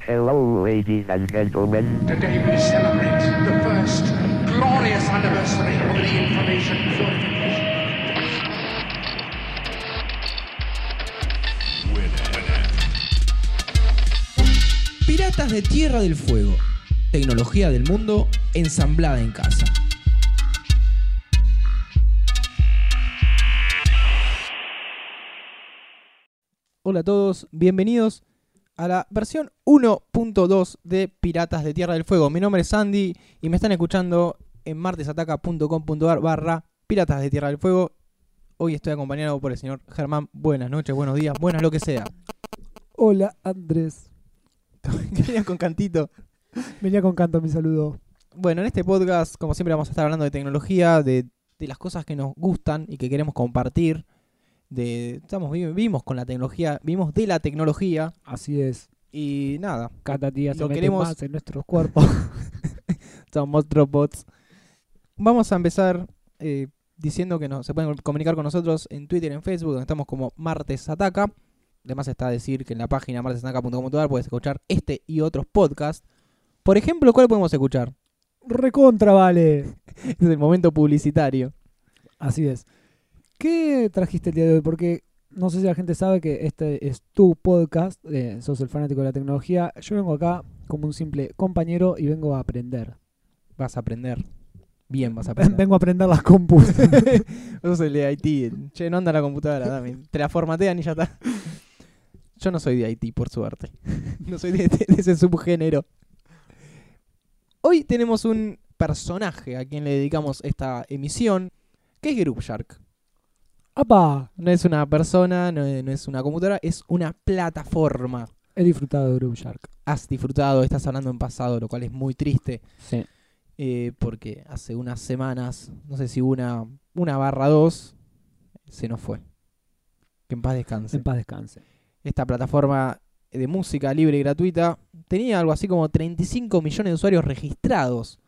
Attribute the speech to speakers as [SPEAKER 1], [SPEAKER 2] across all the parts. [SPEAKER 1] Hello, ladies and gentlemen.
[SPEAKER 2] Today we celebrate the first glorious anniversary of the information purification.
[SPEAKER 3] Piratas de Tierra del Fuego. Tecnología del mundo ensamblada en casa. Hola a todos, bienvenidos a la versión 1.2 de Piratas de Tierra del Fuego. Mi nombre es Andy y me están escuchando en martesataca.com.ar barra Piratas de Tierra del Fuego. Hoy estoy acompañado por el señor Germán. Buenas noches, buenos días, buenas lo que sea.
[SPEAKER 4] Hola Andrés.
[SPEAKER 3] Que venía con cantito.
[SPEAKER 4] Venía con canto mi saludo.
[SPEAKER 3] Bueno, en este podcast, como siempre, vamos a estar hablando de tecnología, de, de las cosas que nos gustan y que queremos compartir. De, estamos, vi- vivimos con la tecnología, vivimos de la tecnología
[SPEAKER 4] Así es.
[SPEAKER 3] y nada,
[SPEAKER 4] Cada día se
[SPEAKER 3] Lo
[SPEAKER 4] mete
[SPEAKER 3] queremos-
[SPEAKER 4] más en nuestros cuerpos.
[SPEAKER 3] somos robots. Vamos a empezar eh, diciendo que nos, se pueden comunicar con nosotros en Twitter, en Facebook, donde estamos como Martes Ataca. Además está decir que en la página martesataca.com.ar puedes escuchar este y otros podcasts. Por ejemplo, ¿cuál podemos escuchar?
[SPEAKER 4] Recontra vale.
[SPEAKER 3] Es el momento publicitario.
[SPEAKER 4] Así es. ¿Qué trajiste el día de hoy? Porque no sé si la gente sabe que este es tu podcast, eh, sos el fanático de la tecnología. Yo vengo acá como un simple compañero y vengo a aprender.
[SPEAKER 3] Vas a aprender. Bien, vas a aprender.
[SPEAKER 4] vengo a aprender las compus.
[SPEAKER 3] Vos sos el de IT. Che, no anda la computadora, dame. Te la formatean y ya está. Yo no soy de IT, por suerte. No soy de, de ese subgénero. Hoy tenemos un personaje a quien le dedicamos esta emisión, que es Group Shark.
[SPEAKER 4] ¡Apa!
[SPEAKER 3] No es una persona, no es, no es una computadora, es una plataforma.
[SPEAKER 4] He disfrutado de Group Shark.
[SPEAKER 3] Has disfrutado, estás hablando en pasado, lo cual es muy triste.
[SPEAKER 4] Sí.
[SPEAKER 3] eh, porque hace unas semanas, no sé si una, una barra dos, se nos fue. Que en paz descanse.
[SPEAKER 4] En paz descanse.
[SPEAKER 3] Esta plataforma de música libre y gratuita tenía algo así como 35 millones de usuarios registrados.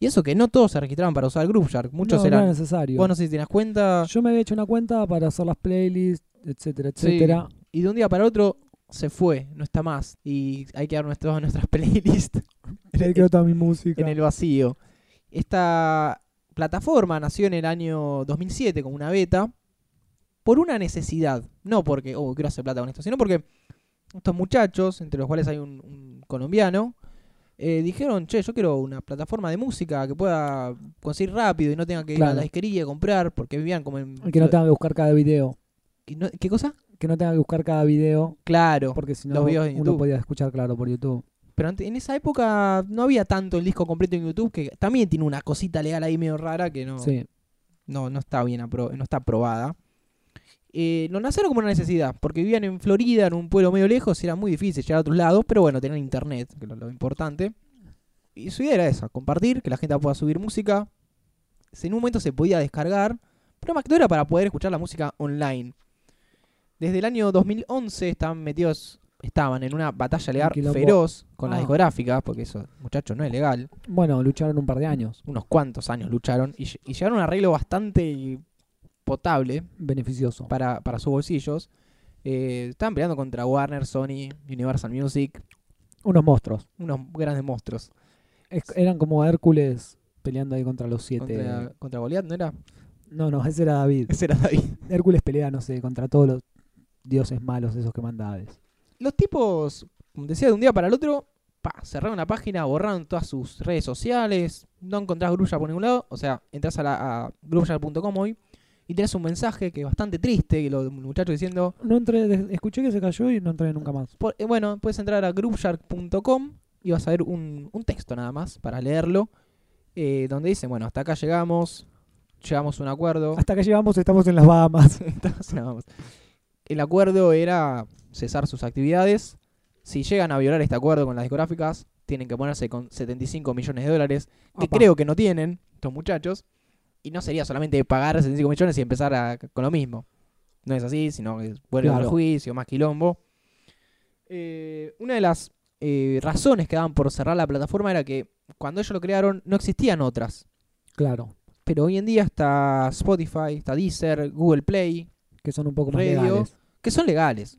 [SPEAKER 3] Y eso que no todos se registraban para usar Groove Shark, muchos
[SPEAKER 4] no, no era
[SPEAKER 3] eran...
[SPEAKER 4] necesario.
[SPEAKER 3] vos no sé si tenías cuenta,
[SPEAKER 4] Yo me había hecho una cuenta para hacer las playlists, etcétera,
[SPEAKER 3] Sí.
[SPEAKER 4] etcétera.
[SPEAKER 3] y de un día para otro se fue, no está más. Y hay que dar nuestras nuestras playlists
[SPEAKER 4] Y ahí quedó toda mi música.
[SPEAKER 3] en el vacío. Esta plataforma nació en el año 2007 como una beta por una necesidad, no porque, oh, quiero hacer plata con esto, sino porque estos muchachos, entre los cuales hay un, un colombiano, eh, dijeron, che, yo quiero una plataforma de música que pueda conseguir rápido y no tenga que ir a la
[SPEAKER 4] Claro.
[SPEAKER 3] disquería a comprar, porque vivían como en...
[SPEAKER 4] Y Que no tenga que buscar cada video.
[SPEAKER 3] ¿Qué no- ¿Qué cosa?
[SPEAKER 4] Que no tenga que buscar cada video.
[SPEAKER 3] Claro,
[SPEAKER 4] Porque si
[SPEAKER 3] Los
[SPEAKER 4] no,
[SPEAKER 3] videos en
[SPEAKER 4] uno
[SPEAKER 3] YouTube.
[SPEAKER 4] podía escuchar, claro, por YouTube.
[SPEAKER 3] pero ante- en esa época no había tanto el disco completo en YouTube, que también tiene una cosita legal ahí medio rara que no...
[SPEAKER 4] Sí.
[SPEAKER 3] no, no está bien apro- no está aprobada. Eh, lo nacieron como una necesidad, porque vivían en Florida, en un pueblo medio lejos, y era muy difícil llegar a otros lados, pero bueno, tenían internet, que es lo, lo importante. Y su idea era esa, compartir, que la gente pueda subir música. Se- En un momento se podía descargar, pero más que todo era para poder escuchar la música online. Desde el año 2011 estaban metidos, estaban en una batalla legal
[SPEAKER 4] Un quilombo.
[SPEAKER 3] feroz con las
[SPEAKER 4] Ah.
[SPEAKER 3] discográficas, porque eso, muchachos, no es legal
[SPEAKER 4] Bueno, lucharon un par de años.
[SPEAKER 3] unos cuantos años lucharon y, lle- y llegaron a un arreglo bastante potable
[SPEAKER 4] Beneficioso.
[SPEAKER 3] para, para sus bolsillos. Eh, estaban peleando contra Warner, Sony, Universal Music,
[SPEAKER 4] Unos monstruos.
[SPEAKER 3] unos grandes monstruos.
[SPEAKER 4] Es- eran como Hércules peleando ahí contra los siete.
[SPEAKER 3] Contra, contra Goliath, ¿no era?
[SPEAKER 4] No, no, ese era David.
[SPEAKER 3] Este, Ese era David.
[SPEAKER 4] Hércules pelea, no sé, contra todos los dioses malos esos que manda Hades.
[SPEAKER 3] Los tipos, como decía, de un día para el otro, pa, cerraron la página, borraron todas sus redes sociales, no encontrás Grulla por ningún lado, o sea, entras a, la- a grulla.com hoy y tenés un mensaje que es bastante triste, que los muchachos diciendo,
[SPEAKER 4] No entré, des- escuché que se cayó y no entré nunca más.
[SPEAKER 3] Por- eh, bueno, puedes entrar a groupshark.com y vas a ver un, un texto nada más para leerlo, eh, donde dice, bueno, hasta acá llegamos, llegamos a un acuerdo.
[SPEAKER 4] Hasta que llegamos, estamos en las Bahamas.
[SPEAKER 3] Entonces, nada más. El acuerdo era cesar sus actividades. Si llegan a violar este acuerdo con las discográficas, tienen que ponerse con 75 millones de dólares, que
[SPEAKER 4] Apa.
[SPEAKER 3] creo que no tienen estos muchachos. Y no sería solamente pagar 75 millones y empezar a- con lo mismo. No es así, sino que vuelve al
[SPEAKER 4] Claro.
[SPEAKER 3] juicio, más quilombo. Eh, una de las eh, razones que daban por cerrar la plataforma era que cuando ellos lo crearon no existían otras.
[SPEAKER 4] Claro.
[SPEAKER 3] Pero hoy en día está Spotify, está Deezer, Google Play,
[SPEAKER 4] Que son un poco más
[SPEAKER 3] Radio.
[SPEAKER 4] legales.
[SPEAKER 3] que son legales.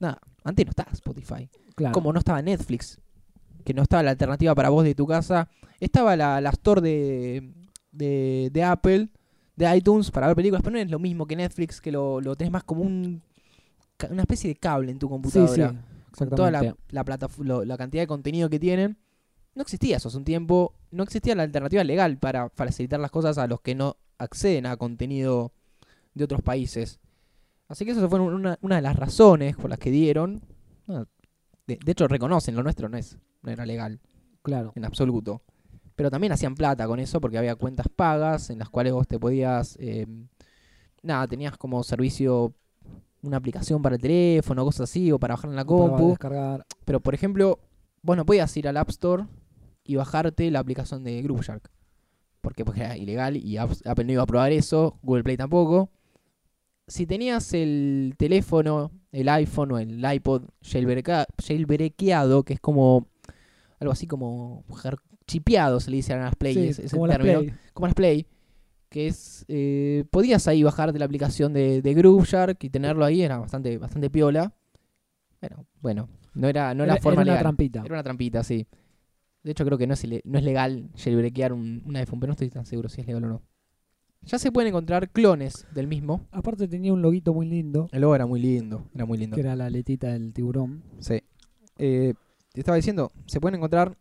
[SPEAKER 3] Nada, antes no estaba Spotify.
[SPEAKER 4] Claro.
[SPEAKER 3] Como no estaba Netflix. que no estaba la alternativa para vos de tu casa. Estaba la, la store de, de, de Apple, de iTunes, para ver películas, pero no es lo mismo que Netflix, que lo, lo tenés más como un, ca- una especie de cable en tu
[SPEAKER 4] Sí,
[SPEAKER 3] computadora.
[SPEAKER 4] sí,
[SPEAKER 3] con toda
[SPEAKER 4] exactamente.
[SPEAKER 3] la, la, plataf- lo- la cantidad de contenido que tienen. No existía eso hace un tiempo. No existía la alternativa legal para facilitar las cosas a los que no acceden a contenido de otros países. Así que eso fue una, una de las razones por las que dieron. Ah, De, de hecho, reconocen, lo nuestro no, es, no era legal,
[SPEAKER 4] Claro.
[SPEAKER 3] en absoluto. Pero también hacían plata con eso porque había cuentas pagas en las cuales vos te podías... eh, nada, tenías como servicio una aplicación para el teléfono, cosas así, o para bajar en la
[SPEAKER 4] Compraba,
[SPEAKER 3] compu.
[SPEAKER 4] descargar.
[SPEAKER 3] Pero por ejemplo, vos no podías ir al App Store y bajarte la aplicación de Group Shark. Porque pues, era ilegal y App- Apple no iba a probar eso, Google Play tampoco. Si tenías el teléfono, el iPhone o el iPod jailbreca- jailbrequeado, que es como algo así como jar- chipeado, se le dice a las Play,
[SPEAKER 4] Sí,
[SPEAKER 3] es- ese
[SPEAKER 4] como las
[SPEAKER 3] término
[SPEAKER 4] Play.
[SPEAKER 3] como las Play, que es. eh, podías ahí bajarte la aplicación de, de Groove Shark y tenerlo ahí, era bastante, bastante piola. Bueno, bueno, no era, no era,
[SPEAKER 4] Era-
[SPEAKER 3] forma
[SPEAKER 4] era una
[SPEAKER 3] legal.
[SPEAKER 4] trampita.
[SPEAKER 3] Era una trampita, sí. De hecho, creo que no es, ile- no es legal jailbreakear un, un iPhone, pero no estoy tan seguro si es legal o no. Ya se pueden encontrar clones del mismo.
[SPEAKER 4] Aparte tenía un loguito muy lindo,
[SPEAKER 3] El logo era muy lindo, era muy lindo.
[SPEAKER 4] que era la letita del tiburón.
[SPEAKER 3] Sí. Eh, te estaba diciendo, se pueden encontrar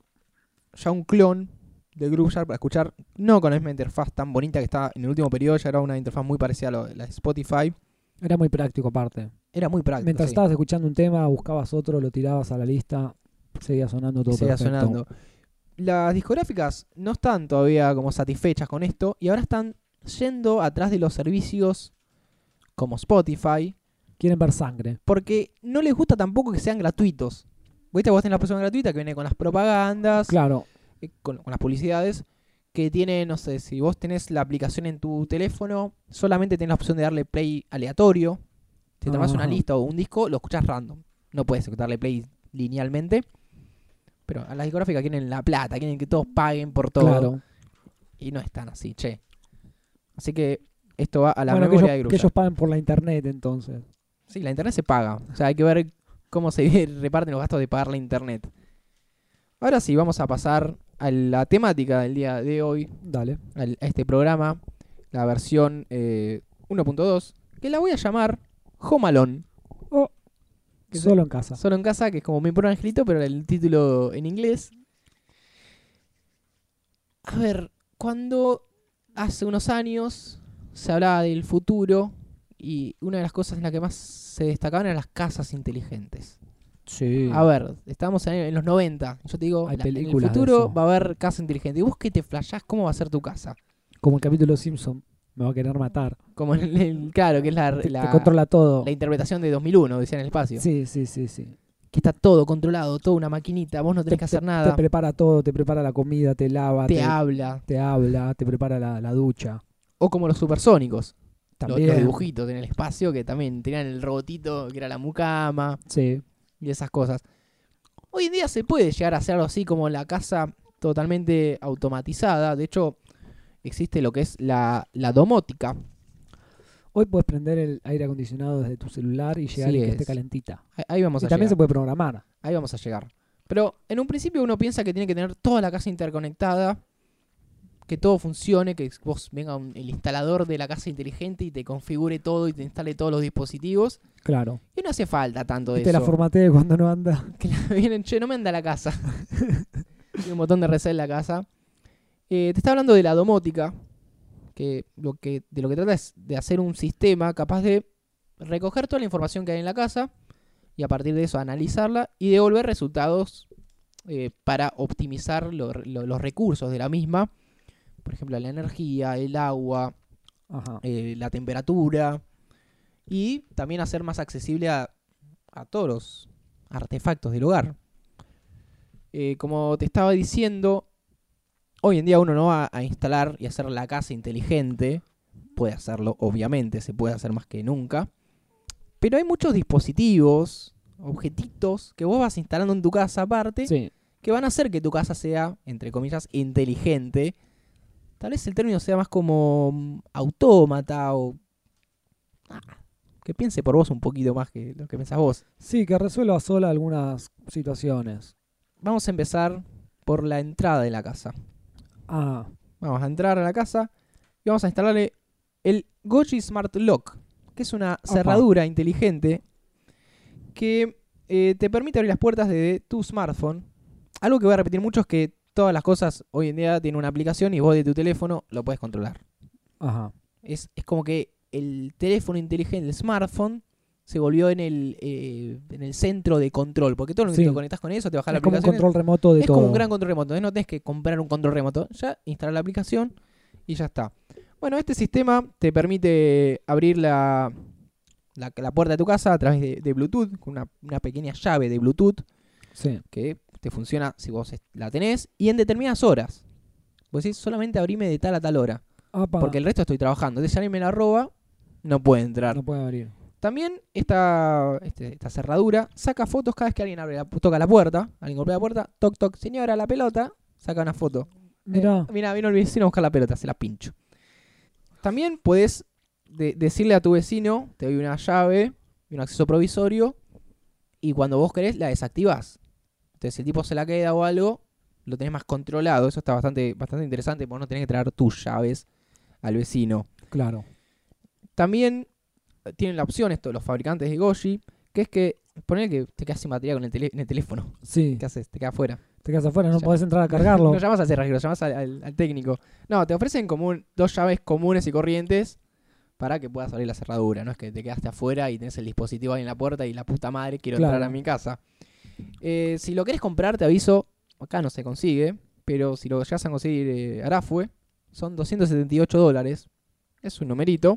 [SPEAKER 3] ya un clon de Groove Shark para escuchar, no con la misma interfaz tan bonita que estaba en el último periodo, ya era una interfaz muy parecida a lo- la de Spotify.
[SPEAKER 4] Era muy práctico aparte.
[SPEAKER 3] Era muy práctica.
[SPEAKER 4] Mientras
[SPEAKER 3] sí.
[SPEAKER 4] estabas escuchando un tema, buscabas otro, lo tirabas a la lista, seguía sonando todo.
[SPEAKER 3] Seguía
[SPEAKER 4] perfecto.
[SPEAKER 3] sonando. Las discográficas no están todavía como satisfechas con esto y ahora están yendo atrás de los servicios como Spotify
[SPEAKER 4] Quieren ver sangre.
[SPEAKER 3] porque no les gusta tampoco que sean gratuitos. ¿Viste? Vos tenés la persona gratuita que viene con las propagandas,
[SPEAKER 4] Claro,
[SPEAKER 3] eh, con, con las publicidades, que tiene, no sé, si vos tenés la aplicación en tu teléfono, solamente tenés la opción de darle play aleatorio. Si te armás una
[SPEAKER 4] Ajá.
[SPEAKER 3] lista o un disco, lo escuchás random. No puedes darle play linealmente. Pero a las discográficas quieren la plata, quieren que todos paguen por todo.
[SPEAKER 4] claro.
[SPEAKER 3] Y no están así, che. Así que esto va a la
[SPEAKER 4] bueno, que
[SPEAKER 3] memoria de
[SPEAKER 4] ellos,
[SPEAKER 3] grupo.
[SPEAKER 4] que ellos paguen por la internet entonces.
[SPEAKER 3] Sí, la internet se paga. O sea, hay que ver cómo se reparten los gastos de pagar la internet. Ahora sí, vamos a pasar a la temática del día de hoy,
[SPEAKER 4] Dale.
[SPEAKER 3] al- a este programa, la versión eh, 1.2, que la voy a llamar Homalón. Que se-
[SPEAKER 4] Solo en casa.
[SPEAKER 3] Solo en casa, que es como mi pobre angelito, pero el título en inglés. A ver, cuando hace unos años se hablaba del futuro y una de las cosas en las que más se destacaban eran las casas inteligentes.
[SPEAKER 4] Sí.
[SPEAKER 3] A ver, estábamos en, en los 90. Yo te digo,
[SPEAKER 4] Hay
[SPEAKER 3] la- en el
[SPEAKER 4] películas de
[SPEAKER 3] futuro
[SPEAKER 4] eso.
[SPEAKER 3] va a haber casa inteligente. Y vos que te flashás cómo va a ser tu casa.
[SPEAKER 4] Como el capítulo Simpson. Me va a querer matar.
[SPEAKER 3] Como en el, claro, que es la,
[SPEAKER 4] Te- te,
[SPEAKER 3] la,
[SPEAKER 4] controla todo.
[SPEAKER 3] la interpretación de 2001, decía en el espacio.
[SPEAKER 4] Sí, sí, sí, sí.
[SPEAKER 3] Que está todo controlado, toda una maquinita, vos no tenés que hacer
[SPEAKER 4] Te
[SPEAKER 3] nada, te,
[SPEAKER 4] prepara todo, te prepara la comida, te lava, te,
[SPEAKER 3] habla.
[SPEAKER 4] te habla, te prepara la, la ducha.
[SPEAKER 3] O como los supersónicos, lo-
[SPEAKER 4] También.
[SPEAKER 3] los dibujitos en el espacio que también tenían el robotito que era la mucama
[SPEAKER 4] Sí.
[SPEAKER 3] y esas cosas. Hoy en día se puede llegar a hacer algo así como la casa totalmente automatizada. De hecho, existe lo que es la, la domótica.
[SPEAKER 4] Hoy puedes prender el aire acondicionado desde tu celular y llegar
[SPEAKER 3] Sí
[SPEAKER 4] y que
[SPEAKER 3] es.
[SPEAKER 4] esté calentita.
[SPEAKER 3] Ahí- Ahí vamos
[SPEAKER 4] Y
[SPEAKER 3] a
[SPEAKER 4] también se
[SPEAKER 3] llegar.
[SPEAKER 4] puede programar.
[SPEAKER 3] Ahí vamos a llegar. Pero en un principio uno piensa que tiene que tener toda la casa interconectada, que todo funcione, que vos venga un- el instalador de la casa inteligente y te configure todo y te instale todos los dispositivos.
[SPEAKER 4] Claro.
[SPEAKER 3] Y no hace falta tanto de
[SPEAKER 4] Y te
[SPEAKER 3] eso.
[SPEAKER 4] la formatee cuando no anda.
[SPEAKER 3] que la vienen, che, no me anda la casa. Tiene un montón de reset en la casa. Eh, te está hablando de la domótica, que, lo que de lo que trata es de hacer un sistema capaz de recoger toda la información que hay en la casa y a partir de eso analizarla y devolver resultados eh, para optimizar lo- lo- los recursos de la misma. Por ejemplo, la energía, el agua,
[SPEAKER 4] Ajá.
[SPEAKER 3] eh, la temperatura y también hacer más accesible a, a todos los artefactos del hogar. Eh, como te estaba diciendo, hoy en día uno no va a instalar y hacer la casa inteligente. Puede hacerlo, obviamente, se puede hacer más que nunca. Pero hay muchos dispositivos, objetitos, que vos vas instalando en tu casa aparte
[SPEAKER 4] Sí.
[SPEAKER 3] que van a hacer que tu casa sea, entre comillas, inteligente. Tal vez el término sea más como mm, autómata o... Ah, que piense por vos un poquito más que lo que pensás vos.
[SPEAKER 4] Sí, que resuelva sola algunas situaciones.
[SPEAKER 3] vamos a empezar por la entrada de la casa.
[SPEAKER 4] Ah,
[SPEAKER 3] Vamos a entrar a la casa y vamos a instalarle el Goji Smart Lock, que es una cerradura inteligente que eh, te permite abrir las puertas desde tu smartphone. Algo que voy a repetir mucho es que todas las cosas hoy en día tienen una aplicación y vos de tu teléfono lo puedes controlar.
[SPEAKER 4] ajá.
[SPEAKER 3] Es, es como que el teléfono inteligente, el smartphone, se volvió en el, eh, en el centro de control. Porque todo lo que
[SPEAKER 4] Sí.
[SPEAKER 3] te conectas con eso, te bajas la
[SPEAKER 4] es como un
[SPEAKER 3] aplicación.
[SPEAKER 4] control remoto de
[SPEAKER 3] Es
[SPEAKER 4] todo.
[SPEAKER 3] como un gran control remoto. ¿eh? No tenés que comprar un control remoto. Ya instalar la aplicación y ya está. Bueno, este sistema te permite abrir la, la, la puerta de tu casa a través de, de Bluetooth, con una, una pequeña llave de Bluetooth
[SPEAKER 4] Sí.
[SPEAKER 3] que te funciona si vos es- la tenés y en determinadas horas. Vos decís, solamente abrime de tal a tal hora,
[SPEAKER 4] Apa,
[SPEAKER 3] porque el resto estoy trabajando. Entonces, si alguien me la roba, no puede entrar.
[SPEAKER 4] no puede abrir.
[SPEAKER 3] También esta, este- esta cerradura saca fotos cada vez que alguien abre la, toca la puerta. Alguien golpea la puerta, toc, toc, señora, la pelota, saca una foto.
[SPEAKER 4] Mirá,
[SPEAKER 3] Eh, mirá, vino el vecino a buscar la pelota, se la pincho. También podés de- decirle a tu vecino, te doy una llave y un acceso provisorio, y cuando vos querés la desactivás. Entonces, si el tipo se la queda o algo, lo tenés más controlado. Eso está bastante, bastante interesante, porque no tenés que traer tus llaves al vecino.
[SPEAKER 4] claro.
[SPEAKER 3] También eh, tienen la opción esto, los fabricantes de Goji, que es que poner que te quedas sin batería con el tele- en el teléfono.
[SPEAKER 4] Sí,
[SPEAKER 3] ¿Qué haces? Te quedas fuera.
[SPEAKER 4] te quedas afuera, no
[SPEAKER 3] Ya.
[SPEAKER 4] podés entrar a cargarlo.
[SPEAKER 3] no llamas al cerrajero, llamas al, al- al técnico. No, te ofrecen como un- dos llaves comunes y corrientes para que puedas abrir la cerradura. No es que te quedaste afuera y tenés el dispositivo ahí en la puerta y la puta madre quiero entrar
[SPEAKER 4] Claro.
[SPEAKER 3] a mi casa. Eh, si lo querés comprar, te aviso, acá no se consigue, pero si lo llegas a conseguir eh, Arafue, son 278 dólares. Es un numerito.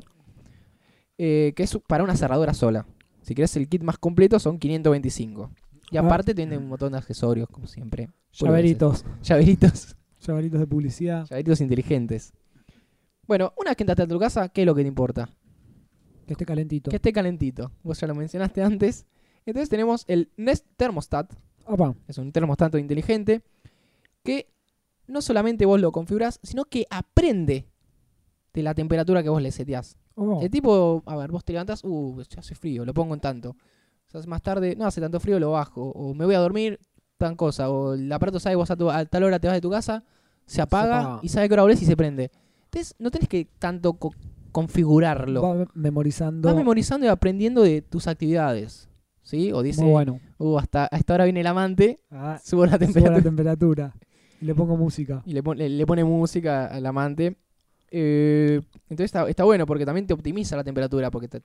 [SPEAKER 3] eh, que es para una cerradura sola. Si querés el kit más completo son 525. Y
[SPEAKER 4] Ah.
[SPEAKER 3] aparte tiene un montón de accesorios, como siempre.
[SPEAKER 4] Llaveritos.
[SPEAKER 3] Llaveritos.
[SPEAKER 4] Llaveritos de publicidad.
[SPEAKER 3] Llaveritos inteligentes. Bueno, una vez que entraste a tu casa, ¿qué es lo que te importa?
[SPEAKER 4] Que esté calentito.
[SPEAKER 3] Que esté calentito. Vos ya lo mencionaste antes. Entonces tenemos el Nest Thermostat.
[SPEAKER 4] Apa,
[SPEAKER 3] Es un termostato inteligente que no solamente vos lo configurás, sino que aprende de la temperatura que vos le seteás.
[SPEAKER 4] oh,
[SPEAKER 3] El tipo, a ver, vos te levantás, uh, ya hace frío, lo pongo en tanto. Se hace más tarde, no hace tanto frío, lo bajo. O me voy a dormir, tan cosa. O el aparato sabe que vos a, tu- a tal hora te vas de tu casa, se apaga,
[SPEAKER 4] apaga.
[SPEAKER 3] y sabe que hora volvés y se prende. Entonces, no tenés que tanto co- configurarlo.
[SPEAKER 4] va memorizando.
[SPEAKER 3] Vas memorizando y aprendiendo de tus actividades. ¿Sí? O dice,
[SPEAKER 4] Muy bueno.
[SPEAKER 3] uh, hasta, hasta ahora viene el amante,
[SPEAKER 4] Ah,
[SPEAKER 3] subo la
[SPEAKER 4] subo
[SPEAKER 3] temperatura.
[SPEAKER 4] la temperatura. Y le pongo música.
[SPEAKER 3] Y le, pon- le- le pone música al amante. Eh, entonces está, está bueno porque también te optimiza la temperatura. Porque te-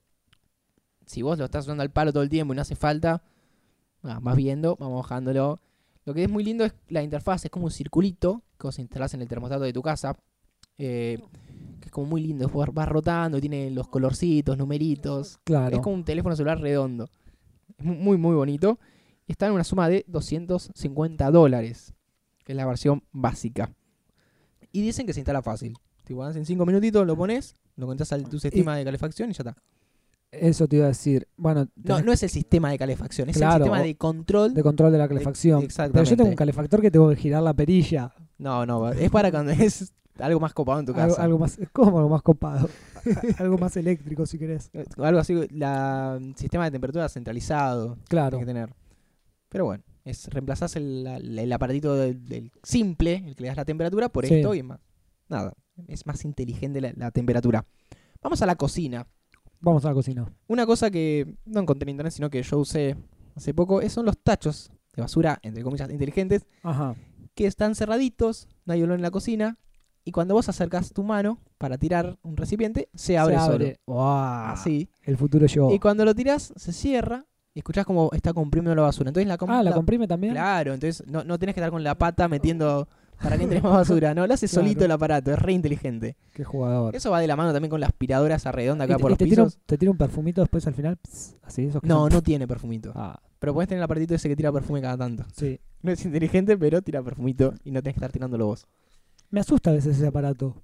[SPEAKER 3] si vos lo estás usando al palo todo el tiempo y no hace falta, ah, vas viendo, vamos bajándolo. Lo que es muy lindo es la interfaz, es como un circulito que vos instalás en el termostato de tu casa. eh, que es como muy lindo, vos vas rotando, tiene los colorcitos, numeritos.
[SPEAKER 4] Claro.
[SPEAKER 3] Es como un teléfono celular redondo. Es mu- muy, muy bonito. Y Está en una suma de 250 dólares, que es la versión básica. Y dicen que se instala fácil. Tipo, en 5 minutitos lo pones, lo conectas a tu sistema de calefacción y ya está.
[SPEAKER 4] Eso te iba a decir. Bueno,
[SPEAKER 3] No,
[SPEAKER 4] tenés
[SPEAKER 3] no es el sistema de calefacción, es
[SPEAKER 4] Claro,
[SPEAKER 3] el sistema
[SPEAKER 4] o-
[SPEAKER 3] de control.
[SPEAKER 4] de control de la calefacción. Pero
[SPEAKER 3] eh, Exactamente.
[SPEAKER 4] yo tengo un calefactor que tengo que girar la perilla.
[SPEAKER 3] No, no, es para cuando es algo más copado en tu
[SPEAKER 4] Algo,
[SPEAKER 3] casa.
[SPEAKER 4] algo más, ¿cómo algo más copado? algo más eléctrico, si querés.
[SPEAKER 3] Eh, Algo, así, la el sistema de temperatura centralizado.
[SPEAKER 4] Claro.
[SPEAKER 3] Tiene que tener. Pero bueno, es reemplazás el, la- la- el aparatito del, del simple, el que le das la temperatura, por
[SPEAKER 4] Sí.
[SPEAKER 3] esto y es más. Nada, es más inteligente la, la temperatura. Vamos a la cocina.
[SPEAKER 4] Vamos a la cocina.
[SPEAKER 3] Una cosa que no encontré en internet, sino que yo usé hace poco, es- son los tachos de basura, entre comillas, inteligentes,
[SPEAKER 4] Ajá.
[SPEAKER 3] que están cerraditos, no hay olor en la cocina, y cuando vos acercás tu mano para tirar un recipiente, se abre, solo.
[SPEAKER 4] ¡Guau!
[SPEAKER 3] Así.
[SPEAKER 4] El futuro llegó.
[SPEAKER 3] Y cuando lo tirás, se cierra y escuchás como está comprimiendo la basura. Entonces la, com-
[SPEAKER 4] ah, ¿la
[SPEAKER 3] la-
[SPEAKER 4] comprime también?
[SPEAKER 3] Claro, entonces no, no tenés que estar con la pata metiendo para que entre más basura, ¿no? Lo hace
[SPEAKER 4] Claro.
[SPEAKER 3] solito el aparato, es re inteligente.
[SPEAKER 4] Qué jugador.
[SPEAKER 3] Eso va de la mano también con la aspiradora esa redonda
[SPEAKER 4] ¿Y
[SPEAKER 3] acá
[SPEAKER 4] te-
[SPEAKER 3] por
[SPEAKER 4] y
[SPEAKER 3] los
[SPEAKER 4] te, Este, tira un,
[SPEAKER 3] pisos.
[SPEAKER 4] te tira un perfumito después al final? Pss, así, esos que
[SPEAKER 3] No,
[SPEAKER 4] son-
[SPEAKER 3] no tiene perfumito.
[SPEAKER 4] Ah,
[SPEAKER 3] Pero podés tener el aparatito ese que tira perfume cada tanto.
[SPEAKER 4] sí.
[SPEAKER 3] No es inteligente, pero tira perfumito y no tenés que estar tirándolo vos.
[SPEAKER 4] Me asusta a veces ese aparato.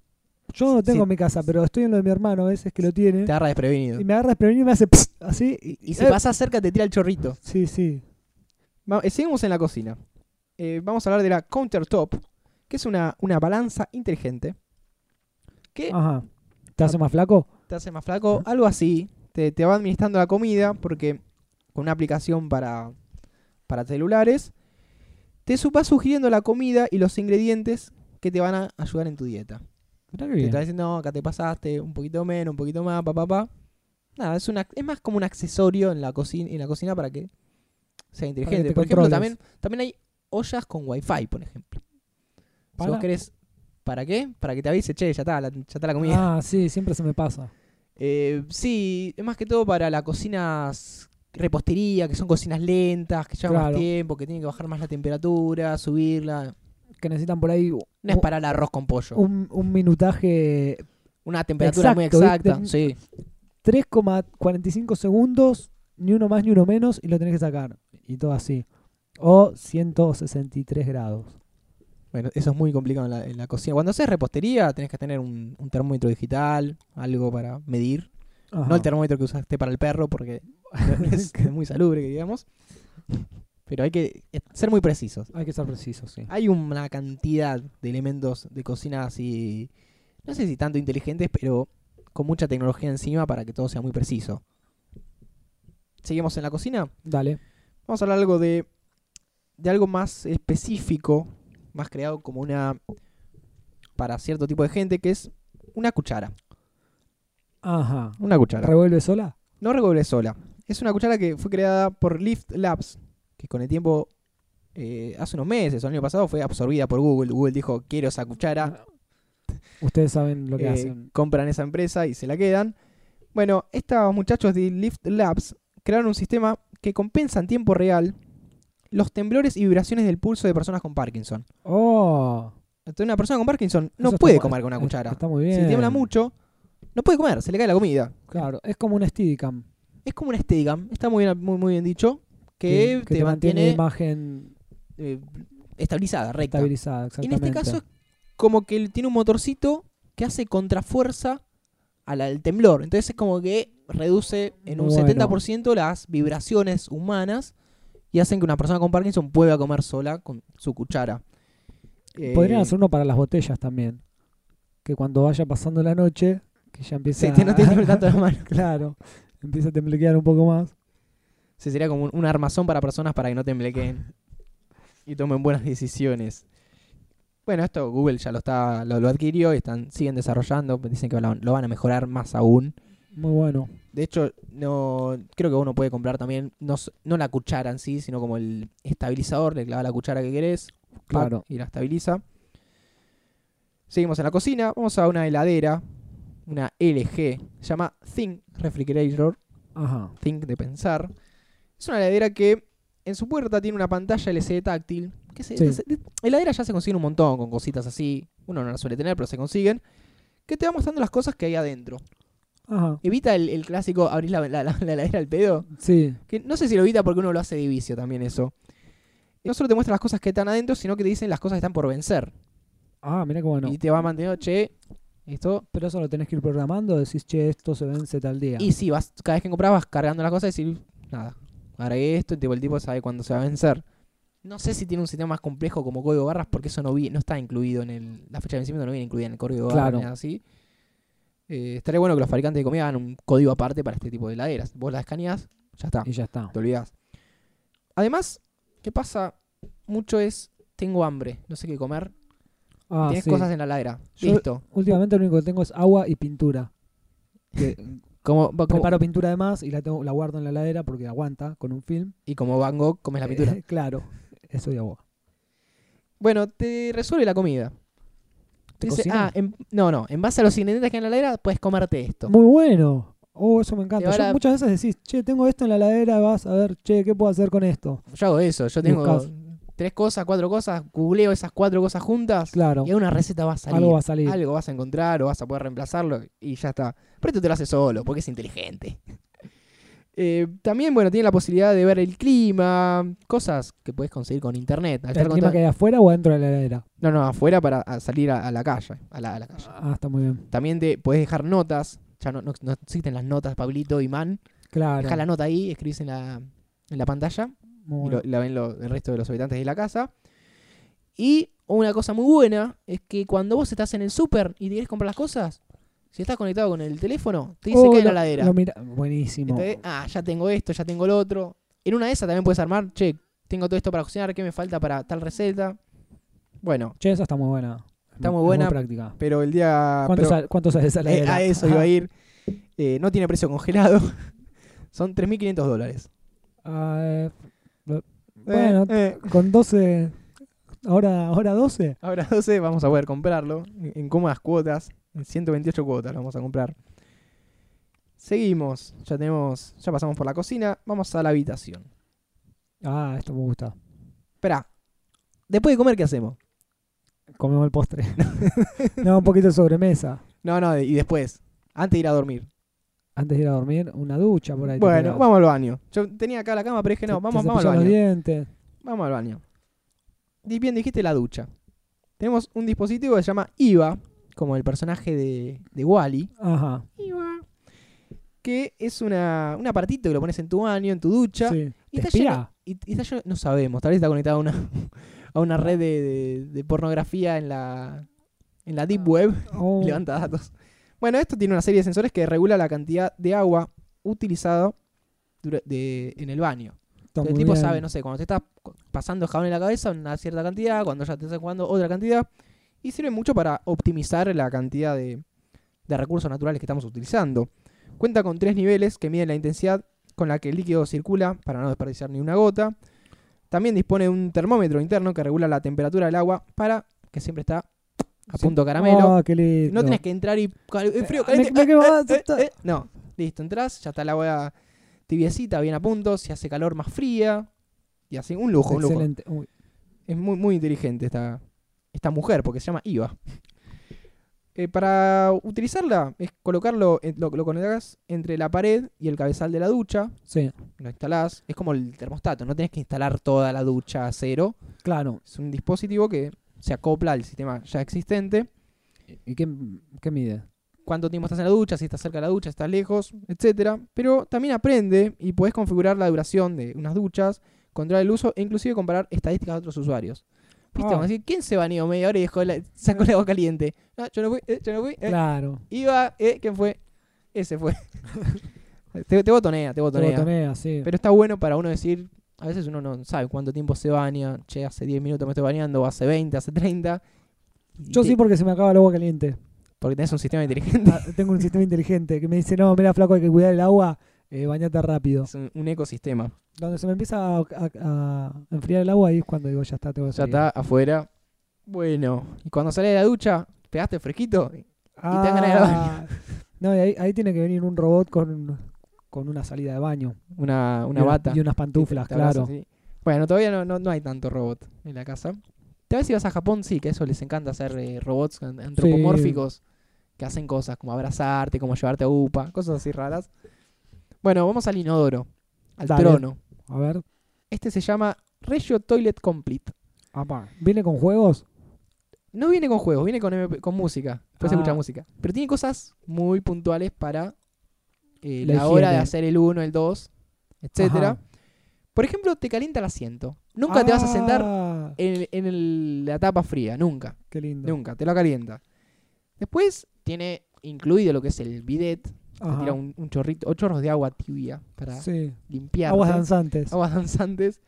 [SPEAKER 4] Yo no lo tengo
[SPEAKER 3] Sí.
[SPEAKER 4] en mi casa, pero estoy en lo de mi hermano a veces que lo tiene.
[SPEAKER 3] Te agarra desprevenido.
[SPEAKER 4] Y me agarra desprevenido y me hace pss, así. eh,
[SPEAKER 3] Y, y si pasás cerca te tira el chorrito.
[SPEAKER 4] Sí, sí.
[SPEAKER 3] Va- eh, seguimos en la cocina. Eh, vamos a hablar de la countertop, que es una, una balanza inteligente que
[SPEAKER 4] Ajá. ¿Te hace más flaco?
[SPEAKER 3] te hace más flaco, algo así. Te, te va administrando la comida porque con una aplicación para, para celulares te su- va sugiriendo la comida y los ingredientes que te van a ayudar en tu dieta.
[SPEAKER 4] Mirá qué
[SPEAKER 3] Te
[SPEAKER 4] bien.
[SPEAKER 3] está diciendo, no, acá te pasaste, un poquito menos, un poquito más, papá, papá. Nada, es, una, es más como un accesorio en la, cocina, en la cocina para que sea inteligente.
[SPEAKER 4] te
[SPEAKER 3] por ejemplo,
[SPEAKER 4] controles.
[SPEAKER 3] también, también hay ollas con wifi, por ejemplo. Si vos
[SPEAKER 4] Para-
[SPEAKER 3] querés, ¿para qué? Para que te avise, che, ya está la, ya está la comida.
[SPEAKER 4] Ah, sí, siempre se me pasa.
[SPEAKER 3] Eh, sí, es más que todo para las cocinas repostería, que son cocinas lentas, que llevan
[SPEAKER 4] Claro.
[SPEAKER 3] más tiempo, que tienen que bajar más la temperatura, subirla.
[SPEAKER 4] Que necesitan por ahí
[SPEAKER 3] No es
[SPEAKER 4] u-
[SPEAKER 3] para el arroz con pollo.
[SPEAKER 4] un, un minutaje
[SPEAKER 3] Una temperatura muy
[SPEAKER 4] Exacto,
[SPEAKER 3] exacta.
[SPEAKER 4] ¿viste?
[SPEAKER 3] Sí.
[SPEAKER 4] 3,45 segundos, ni uno más ni uno menos, y lo tenés que sacar. Y todo así. O 163 grados.
[SPEAKER 3] Bueno, eso es muy complicado en la, en la cocina. Cuando haces repostería, tenés que tener un, un termómetro digital, algo para medir.
[SPEAKER 4] Ajá.
[SPEAKER 3] No el termómetro que usaste para el perro, porque no es muy salubre, que digamos. Pero hay que ser muy precisos.
[SPEAKER 4] Hay que ser preciso, sí.
[SPEAKER 3] Hay una cantidad de elementos de cocina así, no sé si tanto inteligentes, pero con mucha tecnología encima para que todo sea muy preciso. Seguimos en la cocina.
[SPEAKER 4] Dale.
[SPEAKER 3] Vamos a hablar algo de, de algo más específico, más creado como una para cierto tipo de gente, que es una cuchara.
[SPEAKER 4] Ajá.
[SPEAKER 3] Una cuchara.
[SPEAKER 4] ¿Revuelve sola?
[SPEAKER 3] No regoble sola. Es una cuchara que fue creada por Lift Labs, que con el tiempo, eh, hace unos meses o el año pasado, fue absorbida por Google. Google dijo, quiero esa cuchara.
[SPEAKER 4] Ustedes saben lo que
[SPEAKER 3] eh,
[SPEAKER 4] hacen.
[SPEAKER 3] compran esa empresa y se la quedan. Bueno, estos muchachos de Lift Labs crearon un sistema que compensa en tiempo real los temblores y vibraciones del pulso de personas con Parkinson.
[SPEAKER 4] Oh.
[SPEAKER 3] Entonces, una persona con Parkinson no
[SPEAKER 4] eso está
[SPEAKER 3] puede
[SPEAKER 4] bu-
[SPEAKER 3] comer con una
[SPEAKER 4] está-
[SPEAKER 3] cuchara.
[SPEAKER 4] Está muy bien.
[SPEAKER 3] Si tiembla mucho, no puede comer, se le cae la comida.
[SPEAKER 4] Claro, es como un Steadicam.
[SPEAKER 3] Es como un Steadicam, está muy bien, muy, muy bien dicho, que, te,
[SPEAKER 4] la
[SPEAKER 3] mantiene,
[SPEAKER 4] imagen
[SPEAKER 3] eh, estabilizada, recta.
[SPEAKER 4] estabilizada.
[SPEAKER 3] En este caso es
[SPEAKER 4] exactamente.
[SPEAKER 3] como que tiene un motorcito que hace contrafuerza al, al temblor. Entonces es como que reduce en un
[SPEAKER 4] Bueno.
[SPEAKER 3] 70% las vibraciones humanas y hacen que una persona con Parkinson pueda comer sola con su cuchara. Eh,
[SPEAKER 4] Podrían hacer uno para las botellas también. Que cuando vaya pasando la noche, que ya empieza
[SPEAKER 3] Sí, te- no te tiembla tanto la mano.
[SPEAKER 4] Claro, empieza a temblequear un poco más.
[SPEAKER 3] Sí, sería como un, un armazón para personas para que no temblequeen y tomen buenas decisiones. Bueno, esto Google ya lo está lo, lo adquirió y están siguen desarrollando, dicen que lo- lo van a mejorar más aún.
[SPEAKER 4] Muy bueno.
[SPEAKER 3] De hecho, no creo que uno puede comprar también, no, s- no la cuchara en sí, sino como el estabilizador, le clava la cuchara que querés, pac,
[SPEAKER 4] Claro.
[SPEAKER 3] y la estabiliza. Seguimos en la cocina, vamos a una heladera, una LG, se llama Think Refrigerator,
[SPEAKER 4] Ajá.
[SPEAKER 3] Think de pensar. Es una heladera que en su puerta tiene una pantalla LCD táctil. Que se,
[SPEAKER 4] Sí.
[SPEAKER 3] se- de- heladeras ya se consiguen un montón con cositas así, uno no las suele tener, pero se consiguen, que te va mostrando las cosas que hay adentro.
[SPEAKER 4] Ajá.
[SPEAKER 3] Evita el, el clásico abrir la, la, la- la heladera al pedo.
[SPEAKER 4] Sí,
[SPEAKER 3] Que no sé si lo evita porque uno lo hace de vicio también eso. Eh, No solo te muestra las cosas que están adentro, sino que te dicen las cosas que están por vencer.
[SPEAKER 4] Ah, mira qué bueno.
[SPEAKER 3] Y te va manteniendo, che, esto.
[SPEAKER 4] Pero eso lo tenés que ir programando, decís, che, esto se vence tal día.
[SPEAKER 3] Y si vas, cada vez que compras vas cargando las cosas y decir, nada, agregué esto y tipo, el tipo sabe cuándo se va a vencer. No sé si tiene un sistema más complejo como código de barras, porque eso no vi, no está incluido en el. La fecha de vencimiento no viene incluida en el código de barras
[SPEAKER 4] Claro.
[SPEAKER 3] ni nada así. Eh, estaría bueno que los fabricantes de comida hagan un código aparte para este tipo de heladeras. Vos las escaneás, ya está.
[SPEAKER 4] Y ya está.
[SPEAKER 3] Te olvidás. Además, ¿qué pasa mucho es tengo hambre, no sé qué comer.
[SPEAKER 4] Ah,
[SPEAKER 3] Tienes
[SPEAKER 4] sí.
[SPEAKER 3] cosas en la ladera.
[SPEAKER 4] Yo-
[SPEAKER 3] Listo.
[SPEAKER 4] Últimamente lo único que tengo es agua y pintura.
[SPEAKER 3] Como, va- como-
[SPEAKER 4] Preparo pintura además y la tengo, la guardo en la heladera porque aguanta con un film.
[SPEAKER 3] y como Van Gogh comes la pintura.
[SPEAKER 4] Eh, claro, eso y agua.
[SPEAKER 3] bueno, te resuelve la comida.
[SPEAKER 4] ¿Te
[SPEAKER 3] Dice,
[SPEAKER 4] cocina?
[SPEAKER 3] ah, en- no, no. En base a los ingredientes que hay en la ladera, puedes comerte esto.
[SPEAKER 4] Muy bueno. Oh, eso me encanta.
[SPEAKER 3] Y ahora-
[SPEAKER 4] Yo muchas veces decís, che, tengo esto en la heladera, vas a ver, che, ¿qué puedo hacer con esto?
[SPEAKER 3] Yo hago eso. Yo tengo
[SPEAKER 4] Buscás.
[SPEAKER 3] tres cosas, cuatro cosas. Googleo esas cuatro cosas juntas.
[SPEAKER 4] Claro,
[SPEAKER 3] Y una receta va a salir.
[SPEAKER 4] algo va a salir.
[SPEAKER 3] Algo vas a encontrar o vas a poder reemplazarlo y ya está. Pero esto te lo hace solo porque es inteligente. Eh, también, bueno, tiene la posibilidad de ver el clima, cosas que puedes conseguir con internet. Al estar
[SPEAKER 4] ¿El clima
[SPEAKER 3] contra-
[SPEAKER 4] que hay afuera o adentro de la heladera?
[SPEAKER 3] No, no, afuera para a salir a, a la calle. A la, a la calle.
[SPEAKER 4] Ah, está muy bien.
[SPEAKER 3] También te puedes dejar notas. Ya no, no- no existen las notas, Pablito, Imán.
[SPEAKER 4] Claro.
[SPEAKER 3] Deja la nota ahí, escribes en la, en la pantalla
[SPEAKER 4] Muy
[SPEAKER 3] y
[SPEAKER 4] bueno.
[SPEAKER 3] lo- la ven lo- el resto de los habitantes de la casa. Y una cosa muy buena es que cuando vos estás en el súper y quieres comprar las cosas, si estás conectado con el teléfono, te dice
[SPEAKER 4] Oh,
[SPEAKER 3] que hay en
[SPEAKER 4] lo-
[SPEAKER 3] la Este ladera.
[SPEAKER 4] lo mira- Buenísimo.
[SPEAKER 3] Entonces, ah, ya tengo esto, ya tengo lo otro. En una de esas también puedes armar, che, Tengo todo esto para cocinar, ¿qué me falta para tal receta? Bueno,
[SPEAKER 4] Che, esa está muy buena.
[SPEAKER 3] Está muy
[SPEAKER 4] Es
[SPEAKER 3] buena.
[SPEAKER 4] práctica.
[SPEAKER 3] pero el día...
[SPEAKER 4] ¿Cuánto,
[SPEAKER 3] pero-
[SPEAKER 4] sal- cuánto sale esa
[SPEAKER 3] Eh,
[SPEAKER 4] heladera?
[SPEAKER 3] a eso iba
[SPEAKER 4] Ajá.
[SPEAKER 3] a ir. Eh, no tiene precio congelado. Son 3.500 dólares.
[SPEAKER 4] Ah, eh,
[SPEAKER 3] Eh,
[SPEAKER 4] bueno,
[SPEAKER 3] eh,
[SPEAKER 4] con 12. Ahora, ahora 12.
[SPEAKER 3] ahora 12 vamos a poder comprarlo en- en cómodas cuotas. En 128 cuotas lo vamos a comprar. Seguimos. Ya tenemos, ya pasamos por la cocina. Vamos a la habitación.
[SPEAKER 4] Ah, esto me gusta.
[SPEAKER 3] Espera. Después de comer, ¿qué hacemos?
[SPEAKER 4] Comemos el postre. no, un poquito de sobremesa.
[SPEAKER 3] No, no, y después. Antes de ir a dormir.
[SPEAKER 4] Antes de ir a dormir, una ducha por ahí. te
[SPEAKER 3] Bueno,
[SPEAKER 4] pegás.
[SPEAKER 3] vamos al baño. Yo tenía acá la cama, pero dije,
[SPEAKER 4] Te-
[SPEAKER 3] no,
[SPEAKER 4] te
[SPEAKER 3] vamos, vamos
[SPEAKER 4] cepillás
[SPEAKER 3] al
[SPEAKER 4] los
[SPEAKER 3] baño.
[SPEAKER 4] dientes.
[SPEAKER 3] Vamos al baño. Y bien dijiste la ducha. Tenemos un dispositivo que se llama IVA, como el personaje de, de Wally.
[SPEAKER 4] Ajá.
[SPEAKER 3] IVA. Que es una, un apartito que lo pones en tu baño, en tu ducha.
[SPEAKER 4] Sí.
[SPEAKER 3] Y está
[SPEAKER 4] ¿Te espía?
[SPEAKER 3] lleno- y- y está lleno- no sabemos, tal vez está conectado a una, a una red de, de- de pornografía en la, en la Deep Web.
[SPEAKER 4] Oh,
[SPEAKER 3] Levanta datos. Bueno, esto tiene una serie de sensores que regula la cantidad de agua utilizado dura- de- en el baño.
[SPEAKER 4] está
[SPEAKER 3] Entonces,
[SPEAKER 4] muy
[SPEAKER 3] el tipo
[SPEAKER 4] bien.
[SPEAKER 3] sabe, no sé, cuando te está cu- pasando jabón en la cabeza, una cierta cantidad, cuando ya te está jugando otra cantidad. Y sirve mucho para optimizar la cantidad de, de recursos naturales que estamos utilizando. Cuenta con tres niveles que miden la intensidad con la que el líquido circula para no desperdiciar ni una gota. También dispone de un termómetro interno que regula la temperatura del agua para que siempre está a
[SPEAKER 4] Sí.
[SPEAKER 3] punto caramelo.
[SPEAKER 4] Ah, qué lindo.
[SPEAKER 3] no tenés que entrar y cal- eh, frío,
[SPEAKER 4] Ah, me-
[SPEAKER 3] caliente.
[SPEAKER 4] me
[SPEAKER 3] eh,
[SPEAKER 4] quemo,
[SPEAKER 3] eh,
[SPEAKER 4] ah,
[SPEAKER 3] eh,
[SPEAKER 4] está-
[SPEAKER 3] eh. No, listo, entras, ya está el agua tibiecita, bien a punto, si hace calor más fría. Y así, un lujo, un lujo.
[SPEAKER 4] Excelente. Uy,
[SPEAKER 3] Es muy, muy inteligente esta, esta mujer, porque se llama Iva. Eh, para utilizarla, es colocarlo, en- lo, lo conectás entre la pared y el cabezal de la ducha.
[SPEAKER 4] sí,
[SPEAKER 3] Lo instalás, es como el termostato, no tenés que instalar toda la ducha a cero.
[SPEAKER 4] claro.
[SPEAKER 3] Es un dispositivo que se acopla al sistema ya existente.
[SPEAKER 4] ¿Y qué, qué mide?
[SPEAKER 3] cuánto tiempo estás en la ducha, si estás cerca de la ducha, si estás lejos, etcétera. Pero también aprende y podés configurar la duración de unas duchas, controlar el uso e inclusive comparar estadísticas de otros usuarios. ¿Viste?
[SPEAKER 4] Ah.
[SPEAKER 3] Como decir, ¿quién se bañó media hora y dejó la- sacó el agua caliente? No, yo no fui, eh, yo no fui. eh,
[SPEAKER 4] Claro.
[SPEAKER 3] Iba, eh, ¿quién fue? Ese fue. te, te botonea, te
[SPEAKER 4] Te
[SPEAKER 3] botonea.
[SPEAKER 4] botonea, sí.
[SPEAKER 3] Pero está bueno para uno decir, a veces uno no sabe cuánto tiempo se baña, che, hace 10 minutos me estoy bañando, o hace 20, hace 30. Y
[SPEAKER 4] Yo
[SPEAKER 3] te-
[SPEAKER 4] sí porque se me acaba el agua caliente.
[SPEAKER 3] porque tenés un sistema inteligente.
[SPEAKER 4] Ah, tengo un sistema inteligente que me dice, no, mira, flaco, hay que cuidar el agua, eh, bañate rápido.
[SPEAKER 3] Es un- un ecosistema.
[SPEAKER 4] Donde se me empieza a, a- a enfriar el agua, ahí es cuando digo, ya está, tengo que
[SPEAKER 3] Ya
[SPEAKER 4] salir".
[SPEAKER 3] está afuera. Bueno, y cuando sale de la ducha, ¿pegaste fresquito?
[SPEAKER 4] Ah,
[SPEAKER 3] te dan ganas de ir al
[SPEAKER 4] No, y ahí, ahí tiene que venir un robot con, con una salida de baño.
[SPEAKER 3] Una,
[SPEAKER 4] y
[SPEAKER 3] Ah, una
[SPEAKER 4] una-
[SPEAKER 3] bata.
[SPEAKER 4] Y unas pantuflas,
[SPEAKER 3] Te abrazas,
[SPEAKER 4] claro.
[SPEAKER 3] sí. Bueno, todavía no, no, no hay tanto robot en la casa. Tal vez si vas a Japón, sí, que eso les encanta hacer eh, robots an- antropomórficos que hacen cosas como abrazarte, como llevarte a UPA, cosas así raras. Bueno, vamos al inodoro, al
[SPEAKER 4] Dale.
[SPEAKER 3] trono.
[SPEAKER 4] A ver.
[SPEAKER 3] Este se llama Regio Toilet Complete.
[SPEAKER 4] ¿Viene con juegos?
[SPEAKER 3] No viene con juegos, viene con, MP con música. Después se
[SPEAKER 4] Ah.
[SPEAKER 3] escucha música. Pero tiene cosas muy puntuales para eh,
[SPEAKER 4] La
[SPEAKER 3] la, hora de
[SPEAKER 4] higiene.
[SPEAKER 3] hacer el 1, el 2, etcétera.
[SPEAKER 4] Ajá.
[SPEAKER 3] Por ejemplo, te calienta el asiento. Nunca te vas a sentar
[SPEAKER 4] Ah,
[SPEAKER 3] en, en el- la tapa fría, nunca,
[SPEAKER 4] Qué lindo.
[SPEAKER 3] nunca, te lo calienta. Después tiene incluido lo que es el bidet, te
[SPEAKER 4] Ajá.
[SPEAKER 3] tira un, un chorrito, o chorros de agua tibia para
[SPEAKER 4] Sí.
[SPEAKER 3] limpiar.
[SPEAKER 4] Aguas danzantes.
[SPEAKER 3] aguas danzantes.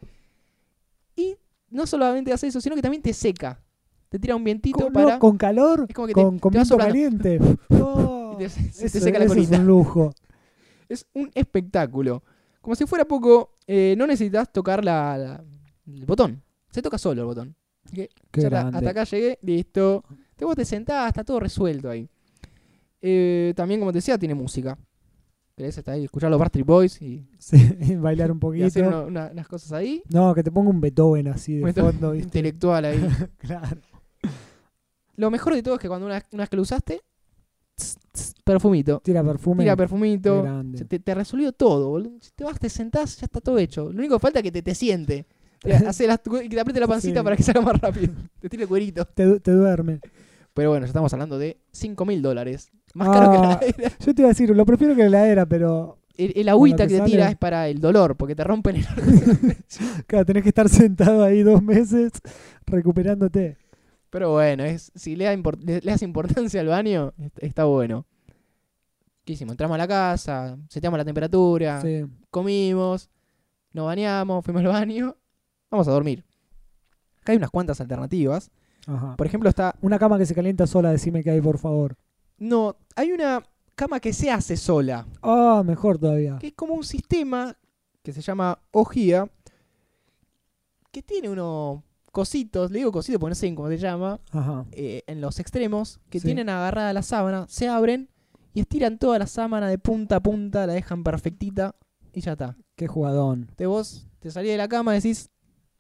[SPEAKER 3] Y no solamente hace eso, sino que también te seca. Te tira un vientito
[SPEAKER 4] Con, no,
[SPEAKER 3] para.
[SPEAKER 4] con calor,
[SPEAKER 3] Es como que te-
[SPEAKER 4] con, con
[SPEAKER 3] te va
[SPEAKER 4] viento
[SPEAKER 3] soplando.
[SPEAKER 4] caliente. Oh,
[SPEAKER 3] y te- se te
[SPEAKER 4] eso-
[SPEAKER 3] seca la
[SPEAKER 4] eso
[SPEAKER 3] colita.
[SPEAKER 4] Es un lujo.
[SPEAKER 3] Es un espectáculo. Como si fuera poco, eh, no necesitas tocar la, la- el botón. Se toca solo el botón.
[SPEAKER 4] Qué
[SPEAKER 3] Ya está,
[SPEAKER 4] grande.
[SPEAKER 3] hasta acá llegué, listo. Te vos te sentás, está todo resuelto ahí. Eh, también, como te decía, tiene música. Querés estar ahí, escuchar los Bastard Boys y,
[SPEAKER 4] Sí, bailar un
[SPEAKER 3] y
[SPEAKER 4] poquito.
[SPEAKER 3] hacer una- una- unas cosas ahí.
[SPEAKER 4] No, que te ponga un Beethoven así de
[SPEAKER 3] Beethoven.
[SPEAKER 4] fondo, ¿viste?
[SPEAKER 3] Intelectual ahí.
[SPEAKER 4] Claro.
[SPEAKER 3] Lo mejor de todo es que cuando una, vez- una vez que lo usaste, tss, tss, perfumito.
[SPEAKER 4] Tira perfume.
[SPEAKER 3] Tira
[SPEAKER 4] qué
[SPEAKER 3] perfumito.
[SPEAKER 4] grande.
[SPEAKER 3] Se Te, te resolvió todo, boludo. Si te vas, te sentás, ya está todo hecho. Lo único que falta es que te, te siente. Te hace las- y que te apriete la pancita
[SPEAKER 4] Sí.
[SPEAKER 3] para que salga más rápido. Te tire el cuerito.
[SPEAKER 4] Te, du- te duerme.
[SPEAKER 3] Pero bueno, ya estamos hablando de 5 mil dólares. Más caro que la
[SPEAKER 4] Ah. Yo te iba a decir, lo prefiero que la heladera, pero
[SPEAKER 3] El, el agüita
[SPEAKER 4] Con lo
[SPEAKER 3] que,
[SPEAKER 4] que
[SPEAKER 3] te tira
[SPEAKER 4] sale.
[SPEAKER 3] es para el dolor, porque te rompen el...
[SPEAKER 4] claro, tenés que estar sentado ahí dos meses recuperándote.
[SPEAKER 3] Pero bueno, es, si le, da import- le, le das importancia al baño, est- está bueno. ¿Qué hicimos? Entramos a la Ah. casa, seteamos la temperatura,
[SPEAKER 4] Sí.
[SPEAKER 3] comimos, nos bañamos, fuimos al baño vamos a dormir. Acá hay unas cuantas alternativas.
[SPEAKER 4] Ajá.
[SPEAKER 3] Por ejemplo, está.
[SPEAKER 4] Una cama que se calienta sola, decime que hay, por favor.
[SPEAKER 3] No, hay una cama que se hace sola.
[SPEAKER 4] Ah, mejor todavía.
[SPEAKER 3] que es como un sistema que se llama OGIA, que tiene unos cositos, le digo cositos porque no sé bien cómo se llama,
[SPEAKER 4] Ajá.
[SPEAKER 3] eh, en los extremos, que
[SPEAKER 4] Sí.
[SPEAKER 3] tienen agarrada la sábana, se abren y estiran toda la sábana de punta a punta, la dejan perfectita y ya está.
[SPEAKER 4] Qué jugadón.
[SPEAKER 3] Te vos te salís de la cama, decís,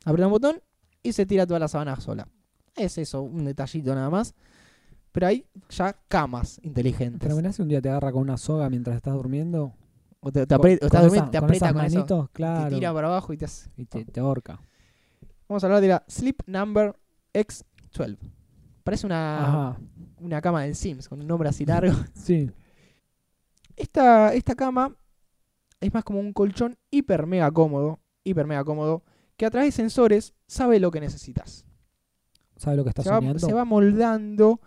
[SPEAKER 3] apretá un botón y se tira toda la sábana sola. Es eso, un detallito nada más. Pero hay ya camas inteligentes.
[SPEAKER 4] ¿Te imaginas si un día te agarra con una soga mientras estás durmiendo?
[SPEAKER 3] o te, te apre- o estás durmiendo y
[SPEAKER 4] esa-
[SPEAKER 3] te aprieta
[SPEAKER 4] esas
[SPEAKER 3] con, eso,
[SPEAKER 4] manitos, claro.
[SPEAKER 3] Te tira para abajo y te hace...
[SPEAKER 4] Y te, te ahorca.
[SPEAKER 3] Vamos a hablar de la Sleep Number X12. Parece una,
[SPEAKER 4] Ajá.
[SPEAKER 3] una cama del Sims, con un nombre así largo.
[SPEAKER 4] Sí.
[SPEAKER 3] Esta, esta cama es más como un colchón hiper mega cómodo, hiper mega cómodo, que a través de sensores sabe lo que necesitas.
[SPEAKER 4] ¿Sabe lo que estás
[SPEAKER 3] Se va,
[SPEAKER 4] soñando?
[SPEAKER 3] se va moldando.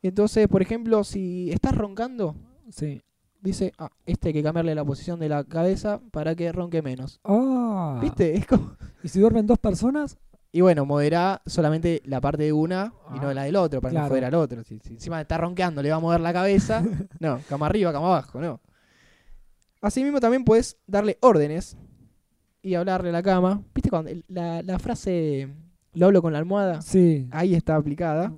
[SPEAKER 3] Entonces, por ejemplo, si estás roncando,
[SPEAKER 4] Sí.
[SPEAKER 3] dice, ah, este hay que cambiarle la posición de la cabeza para que ronque menos.
[SPEAKER 4] Ah.
[SPEAKER 3] ¿Viste? Es como...
[SPEAKER 4] ¿Y si duermen dos personas?
[SPEAKER 3] Y bueno, moderá solamente la parte de una y no
[SPEAKER 4] Ah,
[SPEAKER 3] la del otro, para no
[SPEAKER 4] claro.
[SPEAKER 3] joder al otro. Si, si encima está ronqueando, le va a mover la cabeza. No, cama arriba, cama abajo, no. Asimismo, también puedes darle órdenes y hablarle a la cama. ¿Viste cuando el- la, la frase lo hablo con la almohada?
[SPEAKER 4] Sí.
[SPEAKER 3] Ahí está aplicada.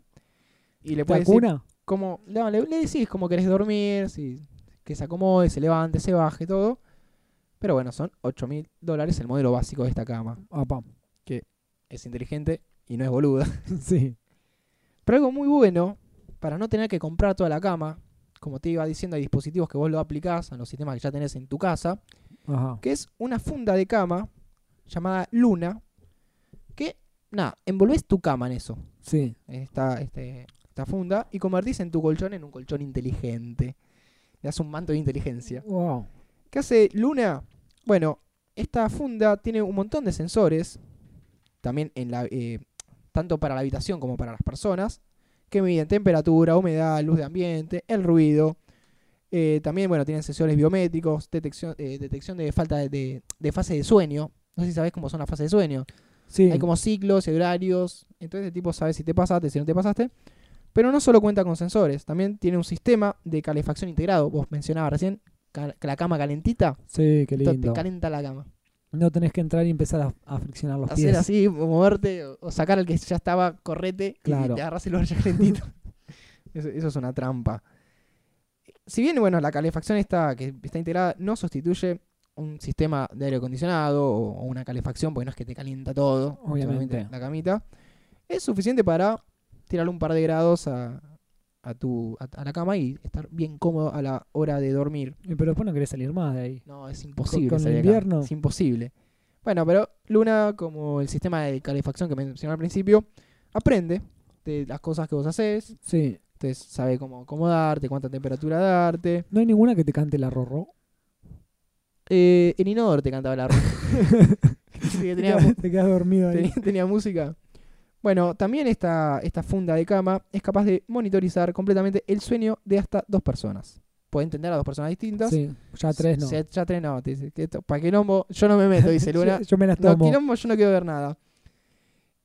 [SPEAKER 3] Y le
[SPEAKER 4] ¿La
[SPEAKER 3] puedes Ah, decir
[SPEAKER 4] cuna?
[SPEAKER 3] como no, le, le decís cómo querés dormir, si, que se acomode, se levante, se baje, todo. Pero bueno, son 8 mil dólares el modelo básico de esta cama.
[SPEAKER 4] Apa.
[SPEAKER 3] Es inteligente y no es boluda.
[SPEAKER 4] Sí.
[SPEAKER 3] Pero algo muy bueno, para no tener que comprar toda la cama, como te iba diciendo, hay dispositivos que vos lo aplicás a los sistemas que ya tenés en tu casa,
[SPEAKER 4] Ajá.
[SPEAKER 3] que es una funda de cama llamada Luna, que, nada, envolvés tu cama en eso,
[SPEAKER 4] Sí.
[SPEAKER 3] en esta, este, esta funda, y convertís en tu colchón en un colchón inteligente. Le das un manto de inteligencia.
[SPEAKER 4] Wow.
[SPEAKER 3] ¿Qué hace Luna? Bueno, esta funda tiene un montón de sensores, también en la, eh, tanto para la habitación como para las personas, que miden temperatura, humedad, luz de ambiente, el ruido. Eh, también, bueno, tienen sensores biométricos, detección, eh, detección de falta de, de- de fase de sueño. No sé si sabés cómo son las fases de sueño.
[SPEAKER 4] Sí.
[SPEAKER 3] Hay como ciclos y horarios. Entonces el tipo sabe si te pasaste, si no te pasaste. Pero no solo cuenta con sensores, también tiene un sistema de calefacción integrado. Vos mencionabas recién ca- la cama calentita.
[SPEAKER 4] Sí, qué
[SPEAKER 3] Entonces,
[SPEAKER 4] lindo.
[SPEAKER 3] Te calienta la cama.
[SPEAKER 4] No tenés que entrar y empezar a, a friccionar los
[SPEAKER 3] Hacer
[SPEAKER 4] pies.
[SPEAKER 3] así, o moverte o- o sacar al que ya estaba correte y
[SPEAKER 4] Claro.
[SPEAKER 3] te agarras el lugar ya calentito. eso, eso es una trampa. Si bien, bueno, la calefacción esta que está integrada no sostituye un sistema de aire acondicionado o, o una calefacción, porque no es que te calienta todo,
[SPEAKER 4] Obviamente.
[SPEAKER 3] solamente la camita, es suficiente para tirar un par de grados a, a tu, a- a la cama y estar bien cómodo a la hora de dormir.
[SPEAKER 4] Eh, Pero después no querés salir más de ahí.
[SPEAKER 3] No, es imposible.
[SPEAKER 4] con el
[SPEAKER 3] salir acá.
[SPEAKER 4] invierno.
[SPEAKER 3] Es imposible. Bueno, pero Luna, como el sistema de calefacción que mencioné al principio, aprende de las cosas que vos haces.
[SPEAKER 4] Sí.
[SPEAKER 3] Entonces sabe cómo acomodarte, cuánta temperatura darte.
[SPEAKER 4] No hay ninguna que te cante la rorro.
[SPEAKER 3] Eh, en Inodor te cantaba la ropa. tenía, mu-
[SPEAKER 4] te quedas dormido ahí.
[SPEAKER 3] tenía- tenía música. Bueno, también esta, esta funda de cama es capaz de monitorizar completamente el sueño de hasta dos personas. Puede entender a dos personas distintas.
[SPEAKER 4] Sí. Ya tres no.
[SPEAKER 3] Se- Ya tres no. te dice, que esto- Pa' quilombo, yo no me meto, dice Luna.
[SPEAKER 4] Yo, yo me las
[SPEAKER 3] No,
[SPEAKER 4] tomo.
[SPEAKER 3] quilombo yo no quiero ver nada.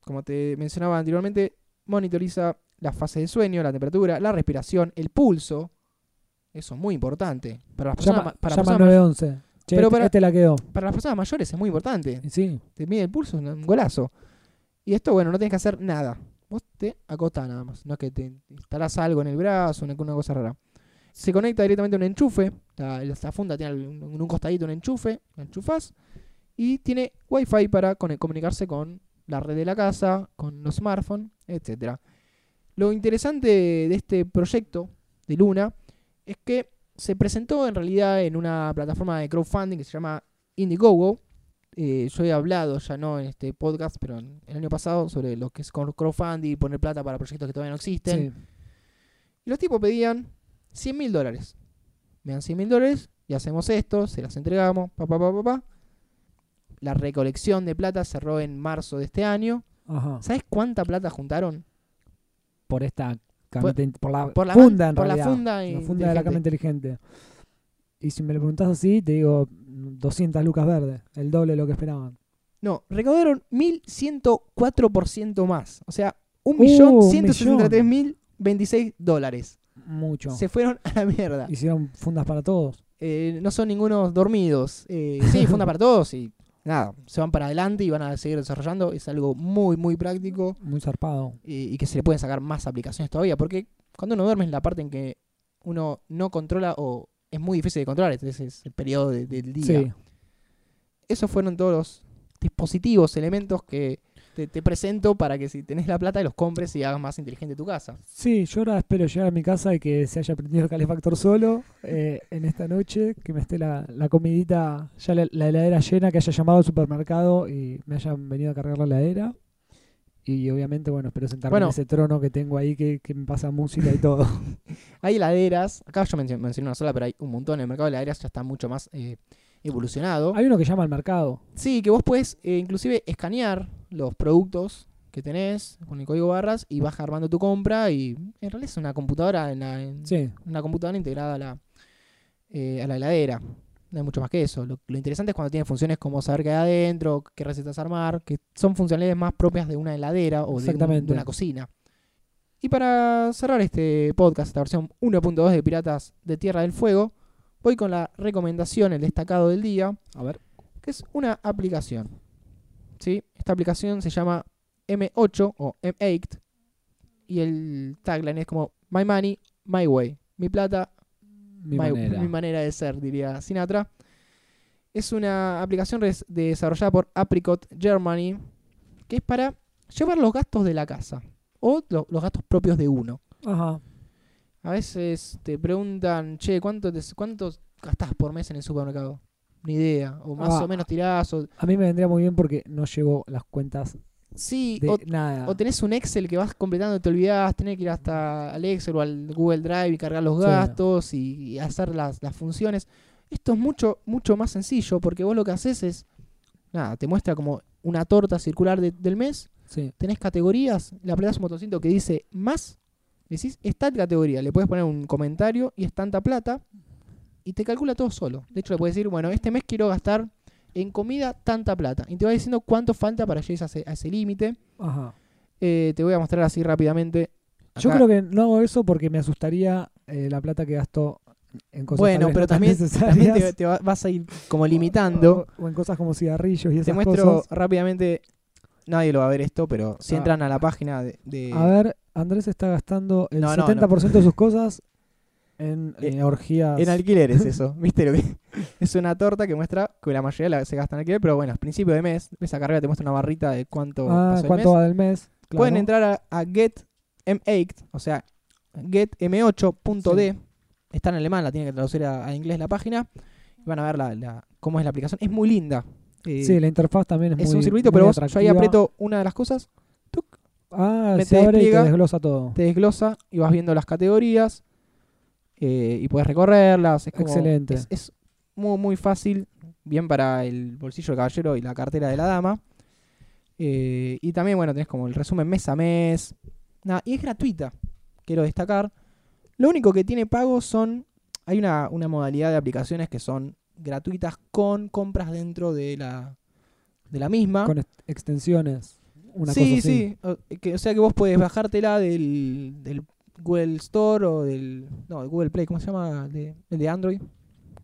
[SPEAKER 3] Como te mencionaba anteriormente, monitoriza la fase de sueño, la temperatura, la respiración, el pulso. Eso es muy importante. Para las personas,
[SPEAKER 4] llama
[SPEAKER 3] ma- para
[SPEAKER 4] llama
[SPEAKER 3] personas
[SPEAKER 4] 911. Che,
[SPEAKER 3] Pero
[SPEAKER 4] este-
[SPEAKER 3] para-
[SPEAKER 4] este la quedó.
[SPEAKER 3] ma- para las personas mayores es muy importante.
[SPEAKER 4] Y Sí.
[SPEAKER 3] Te mide el pulso, es un golazo. Y esto, bueno, no tienes que hacer nada. Vos te acostás nada más. No es que te instalás algo en el brazo, una, una cosa rara. Se conecta directamente a un enchufe. La, la funda tiene al- un- un costadito un enchufe. Lo enchufás. Y tiene wifi para cone- comunicarse con la red de la casa, con los smartphones, etc. Lo interesante de este proyecto de Luna es que se presentó en realidad en una plataforma de crowdfunding que se llama Indiegogo. Eh, yo he hablado ya no en este podcast, pero en- el año pasado sobre lo que es con crowdfunding y poner plata para proyectos que todavía no existen.
[SPEAKER 4] Sí.
[SPEAKER 3] Y los tipos pedían 100 mil dólares. Me dan 100 mil dólares y hacemos esto, se las entregamos, pa, pa, pa, pa, pa. La recolección de plata cerró en marzo de este año.
[SPEAKER 4] Ajá.
[SPEAKER 3] ¿Sabes cuánta plata juntaron?
[SPEAKER 4] Por esta camita. in- Por la,
[SPEAKER 3] Por la
[SPEAKER 4] funda, en
[SPEAKER 3] por la
[SPEAKER 4] realidad.
[SPEAKER 3] funda
[SPEAKER 4] La funda de la cama
[SPEAKER 3] inteligente.
[SPEAKER 4] inteligente. Y si me lo preguntás así, te digo mm, 200 lucas verdes. El doble de lo que esperaban.
[SPEAKER 3] No, recaudaron 1.104% más. O sea,
[SPEAKER 4] Uh, un
[SPEAKER 3] 1.163.026 dólares.
[SPEAKER 4] Mucho.
[SPEAKER 3] Se fueron a la mierda.
[SPEAKER 4] Hicieron fundas para todos.
[SPEAKER 3] Eh, no son ningunos dormidos. Eh, sí, funda para todos y nada, se van para adelante y van a seguir desarrollando. Es algo muy, muy práctico
[SPEAKER 4] Muy zarpado.
[SPEAKER 3] eh, y que se le pueden sacar más aplicaciones todavía. Porque cuando uno duerme es la parte en que uno no controla o es muy difícil de controlar. Ese es el periodo de- del día.
[SPEAKER 4] Sí.
[SPEAKER 3] Esos fueron todos los dispositivos, elementos que te, te presento para que si tenés la plata los compres y hagas más inteligente tu casa.
[SPEAKER 4] Sí, yo ahora espero llegar a mi casa y que se haya prendido el calefactor solo eh, en esta noche, que me esté la, la comidita, ya la, la heladera llena, que haya llamado al supermercado y me hayan venido a cargar la heladera. Y obviamente, bueno, espero sentarme
[SPEAKER 3] Bueno.
[SPEAKER 4] en ese trono que tengo ahí, que, que me pasa música y todo.
[SPEAKER 3] Hay heladeras, acá yo mencio- mencioné una sola, pero hay un montón. El mercado de heladeras ya está mucho más eh, evolucionado.
[SPEAKER 4] Hay uno que llama al mercado.
[SPEAKER 3] Sí, que vos puedes inclusive escanear los productos que tenés con el código barras y vas armando tu compra y en realidad es una computadora en la- en-
[SPEAKER 4] Sí,
[SPEAKER 3] una computadora integrada a la, eh, a la heladera. No hay mucho más que eso. Lo, lo interesante es cuando tiene funciones como saber qué hay adentro, qué recetas armar, que son funcionalidades más propias de una heladera o de, un- de
[SPEAKER 4] Exactamente.
[SPEAKER 3] una cocina. Y para cerrar este podcast, esta versión 1.2 de Piratas de Tierra del Fuego, voy con la recomendación, el destacado del día,
[SPEAKER 4] a ver.
[SPEAKER 3] que es una aplicación. ¿Sí? Esta aplicación se llama M8 o M8 y el tagline es como My Money, My Way. Mi plata,
[SPEAKER 4] Mi
[SPEAKER 3] my-
[SPEAKER 4] manera.
[SPEAKER 3] mi manera de ser, diría Sinatra. Es una aplicación res- desarrollada por Apricot Germany que es para llevar los gastos de la casa o lo- los gastos propios de uno.
[SPEAKER 4] Ajá.
[SPEAKER 3] A veces te preguntan, che, ¿cuánto, te, cuánto gastás por mes en el supermercado? Ni idea. O más
[SPEAKER 4] Ah.
[SPEAKER 3] o menos tirás. O,
[SPEAKER 4] A mí me vendría muy bien porque no llevo las cuentas
[SPEAKER 3] sí,
[SPEAKER 4] de
[SPEAKER 3] o
[SPEAKER 4] nada.
[SPEAKER 3] O tenés un Excel que vas completando y te olvidás, tenés que ir hasta al Excel o al Google Drive y cargar los
[SPEAKER 4] Sí.
[SPEAKER 3] gastos y, y hacer las, las funciones. Esto es mucho, mucho más sencillo porque vos lo que haces es, nada, te muestra como una torta circular de- del mes,
[SPEAKER 4] Sí.
[SPEAKER 3] tenés categorías, le apretás un botoncito que dice más, le decís, está en categoría, le puedes poner un comentario y es tanta plata y te calcula todo solo. De hecho, le puedes decir, bueno, este mes quiero gastar en comida tanta plata y te va diciendo cuánto falta para llegar a ese- a ese límite.
[SPEAKER 4] Ajá.
[SPEAKER 3] Eh, te voy a mostrar así rápidamente.
[SPEAKER 4] Yo creo que no hago eso porque me asustaría eh, la plata que gasto en cosas
[SPEAKER 3] Bueno,
[SPEAKER 4] tal vez
[SPEAKER 3] pero
[SPEAKER 4] no tan
[SPEAKER 3] también-
[SPEAKER 4] necesarias,
[SPEAKER 3] También te, te va- vas a ir como limitando.
[SPEAKER 4] o, o en cosas como cigarrillos y
[SPEAKER 3] Te
[SPEAKER 4] esas
[SPEAKER 3] muestro
[SPEAKER 4] cosas.
[SPEAKER 3] rápidamente. Nadie lo va a ver esto, pero si
[SPEAKER 4] Ah.
[SPEAKER 3] entran a la página de. de-
[SPEAKER 4] A ver, Andrés está gastando el
[SPEAKER 3] eh, No, no,
[SPEAKER 4] 70% de sus cosas en
[SPEAKER 3] Eh,
[SPEAKER 4] eh, orgías.
[SPEAKER 3] en alquileres, eso. ¿Viste lo que? Es una torta que muestra que la mayoría la- se gasta en alquiler, pero bueno, al principio de mes, esa carrera te muestra una barrita de cuánto
[SPEAKER 4] ah,
[SPEAKER 3] pasó el
[SPEAKER 4] ¿cuánto
[SPEAKER 3] mes.
[SPEAKER 4] va del mes? Claro.
[SPEAKER 3] Pueden entrar a, a getm8, o sea, getm8.d. Está en alemán, la tienen que traducir a, a inglés la página. Van a ver la, la- cómo es la aplicación. Es muy linda. Eh,
[SPEAKER 4] Sí, la interfaz también es,
[SPEAKER 3] Es
[SPEAKER 4] muy
[SPEAKER 3] un circuito,
[SPEAKER 4] muy
[SPEAKER 3] pero vos, yo ahí
[SPEAKER 4] atractiva.
[SPEAKER 3] aprieto una de las cosas, tuc,
[SPEAKER 4] Ah,
[SPEAKER 3] me
[SPEAKER 4] se
[SPEAKER 3] te
[SPEAKER 4] abre y te
[SPEAKER 3] despliega.
[SPEAKER 4] desglosa todo.
[SPEAKER 3] te desglosa y vas viendo las categorías eh, y puedes recorrerlas. Es como-
[SPEAKER 4] Excelente.
[SPEAKER 3] Es, es muy, muy fácil, bien para el bolsillo del caballero y la cartera de la dama. Eh, y también, bueno, tenés como el resumen mes a mes. Nada, y es gratuita, quiero destacar. Lo único que tiene pago son. Hay una, una modalidad de aplicaciones que son gratuitas con compras dentro de la, de la misma.
[SPEAKER 4] Con est- extensiones. Una
[SPEAKER 3] sí,
[SPEAKER 4] cosa así.
[SPEAKER 3] sí. O, que- o sea que vos podés bajártela del, del Google Store o del. No, del Google Play, ¿cómo se llama? De- el de Android.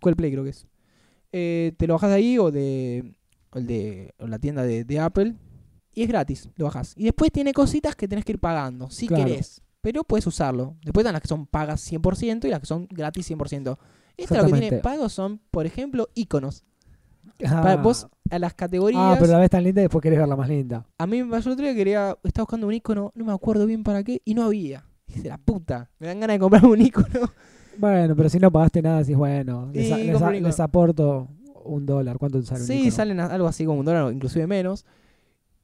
[SPEAKER 3] Google Play creo que es. Eh, te lo bajás de ahí o de, o el de o la tienda de, de Apple. Y es gratis, lo bajás. Y después tiene cositas que tenés que ir pagando, si
[SPEAKER 4] Claro.
[SPEAKER 3] querés. Pero puedes usarlo. Después están las que son pagas 100% y las que son gratis 100%. Esta lo que tiene
[SPEAKER 4] Exactamente.
[SPEAKER 3] pago son, por ejemplo, iconos.
[SPEAKER 4] Ah,
[SPEAKER 3] vos a las categorías.
[SPEAKER 4] ah, pero la ves tan linda y después querés verla más linda.
[SPEAKER 3] A mí me pasó el otro día que quería, estaba buscando un icono, no me acuerdo bien para qué, y no había. Dice la puta, me dan ganas de comprar un icono.
[SPEAKER 4] Bueno, pero si no pagaste nada, decís, bueno, les, a-
[SPEAKER 3] Sí,
[SPEAKER 4] les a-
[SPEAKER 3] compro un icono.
[SPEAKER 4] les aporto un dólar. ¿Cuánto te sale un
[SPEAKER 3] sí,
[SPEAKER 4] icono?
[SPEAKER 3] salen a- algo así como un dólar, o inclusive menos.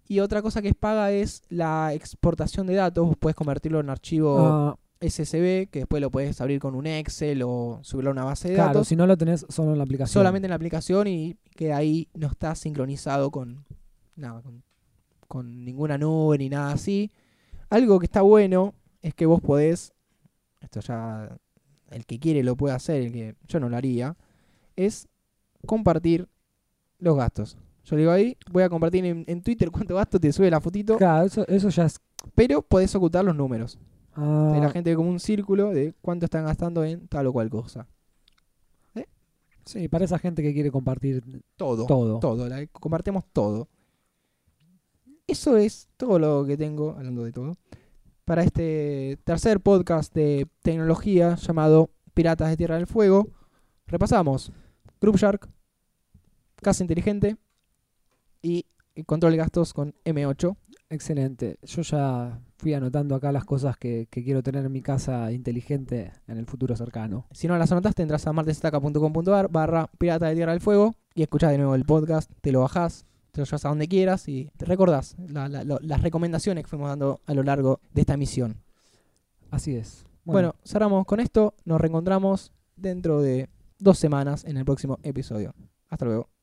[SPEAKER 3] Y otra cosa que es paga es la exportación de datos. Vos podés convertirlo en archivo
[SPEAKER 4] Ah,
[SPEAKER 3] SSB, que después lo podés abrir con un Excel o subirlo a una base de
[SPEAKER 4] claro,
[SPEAKER 3] datos.
[SPEAKER 4] si no lo tenés solo en la aplicación.
[SPEAKER 3] solamente en la aplicación y que ahí no está sincronizado con nada, con, con ninguna nube ni nada así. Algo que está bueno es que vos podés, esto ya el que quiere lo puede hacer, el que yo no lo haría, es compartir los gastos. Yo le digo ahí, voy a compartir en, en Twitter cuánto gasto, te sube la fotito,
[SPEAKER 4] Claro, eso, eso ya es.
[SPEAKER 3] pero podés ocultar los números.
[SPEAKER 4] Ah,
[SPEAKER 3] Entonces La gente ve como un círculo de cuánto están gastando en tal o cual cosa.
[SPEAKER 4] Sí, para esa gente que quiere compartir
[SPEAKER 3] Todo.
[SPEAKER 4] todo.
[SPEAKER 3] Todo, la- compartimos todo. Eso es todo lo que tengo, hablando de todo, para este tercer podcast de tecnología llamado Piratas de Tierra del Fuego. Repasamos. Group Shark, Casa Inteligente y Control de Gastos con M8.
[SPEAKER 4] Excelente. Yo ya fui anotando acá las cosas que, que quiero tener en mi casa inteligente en el futuro cercano.
[SPEAKER 3] Si no las anotas, tendrás a martestaca.com.ar barra Pirata de Tierra del Fuego y escuchás de nuevo el podcast, te lo bajás, te lo llevas a donde quieras y te recordás la- la- lo- las recomendaciones que fuimos dando a lo largo de esta misión.
[SPEAKER 4] Así es.
[SPEAKER 3] Bueno. cerramos con esto. Nos reencontramos dentro de dos semanas en el próximo episodio. Hasta luego.